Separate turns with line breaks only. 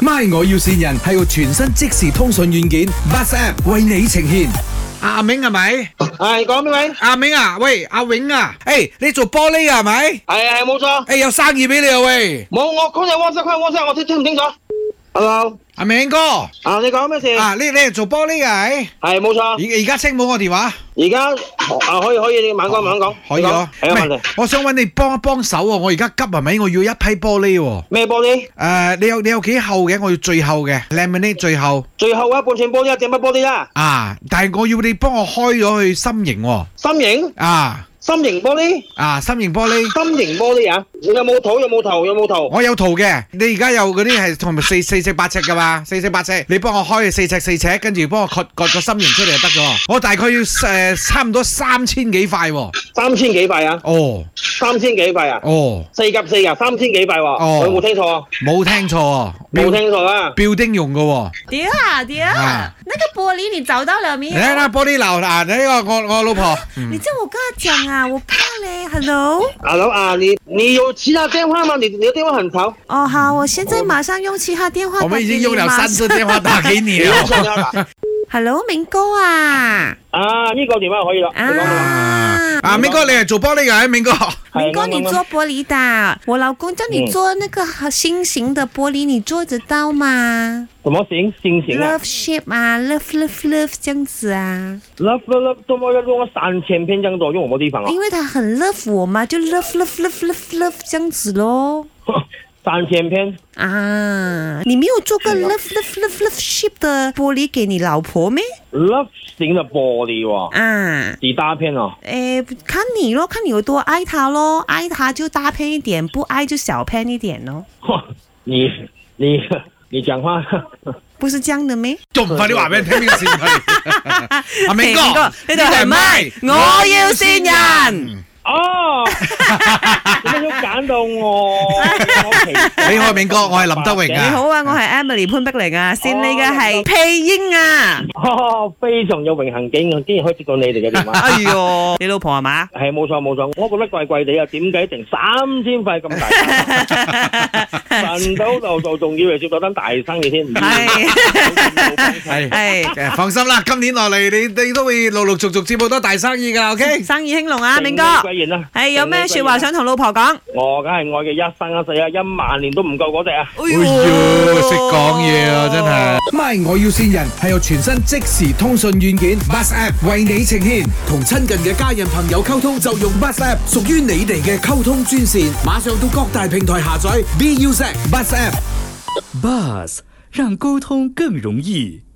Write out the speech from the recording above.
My 我要線人係個全新即時通訊軟件 Bus App 為你呈現。
阿阿明係咪？
系讲边位？系
阿明啊，喂，阿永啊，诶、你做玻璃啊係咪？诶、
系冇错，
有生意俾你啊喂，
冇我嗰只 WhatsApp 佢 WhatsApp 我聽聽唔清楚？Hello，
阿明哥，啊
啊你講咩事？係
你你係做玻璃啊？係
冇錯，
而而家清冇我電話，
而家啊可以可以，你慢講慢講，
可以咯。
係
唔
啊
係
問題。
我想揾你幫一幫手啊！我而家急係咪？我要一批玻璃喎、
咩玻璃？
誒你有你有幾厚嘅？我要最厚嘅 laminate 最厚
最後一半寸玻璃，一隻乜玻璃啦？
啊！但係我要你幫我開咗去心形喎、
心形
啊
心形玻璃，
啊心形玻璃。
心形玻璃啊！有冇土？有冇頭？有冇頭？
我有圖嘅，你而家有嗰啲係同埋四四尺八尺噶嘛，四尺八尺，你幫我開四尺四尺，跟住幫我割割個心形出嚟就得咗。我大概要誒、呃差唔多三千幾塊喎、
三千幾塊啊？
哦
三千幾塊啊？
哦，
四夾四啊，三千幾塊喎，
哦
我有冇聽錯啊？
冇聽錯喎，
冇聽錯啊！
標丁用嘅喎。
屌啊屌啊
啊
那个玻璃你找到了没
你
有？
睇下玻璃樓嗱，呢、個我我老婆。
哎
嗯
你叫我跟他讲啊，我怕嘞。Hello，
阿佬啊，你你有其他電話嗎？你你的電話很潮。
哦好，我现在马上用其他电话
我
打给你嘛。
们已經用了三次電話打給你 了。
Hello，明哥啊，
啊，呢、個電話可以啦，你講啦。
啊，
啊，明哥你係做玻璃嘅，明哥。
係
明哥你做玻璃的，我老公叫你做那个心形的玻璃，你做得到吗
什么型性型啊
？Love shape 啊，love love love 这样子啊，
？Love love love，多么要用三千片这样多，用我们地方啊，
因为他很 love 我嘛，就 love love love love love 这样子咯。
三千片。
啊，你没有做
哎
过 love love love love shape 的玻璃给你老婆咩？
Love 型的玻璃哦，
啊，
几大片哦？
诶，看你咯，看你有多爱他咯，爱他就大片一点，不爱就小片一点咯，
哇你你你讲话，
不是这样的咩？
仲唔快啲話俾人聽呢個事？ 阿明哥，
明哥呢度係咪？我要線人。
哦，点解要揀到我？
你好，明哥，我係林德榮
你
啊。
好啊，我係 Emily 潘碧玲啊，先你嘅係
哦
屁英啊，
哦，非常有榮幸，竟然竟然可以接到你哋嘅電 話。
哎 哟，你老婆係嘛？
係冇錯冇錯，我覺得貴貴地啊，點解成三千塊咁大？神到流就仲以為接到單大生意添，唔知
係
係
係
誒放心啦，今年落嚟你你都會陸陸續續接好多大生意㗎，OK？
生意興隆啊，明哥，
貴人啦，
係有咩
啊
说話想同老婆講？
我梗係愛嘅一生一世啊，一萬年都唔夠嗰只啊！
哎
哎
呦
呀，識講嘢啊，真係。
My 我要線人係由全新即時通訊軟件 Bus App 為你呈現，同親近嘅家人朋友溝通就用 Bus App，屬於你哋嘅溝通專線。馬上到各大平台下載 BUZ Bus App。
Buzz 让沟通更容易。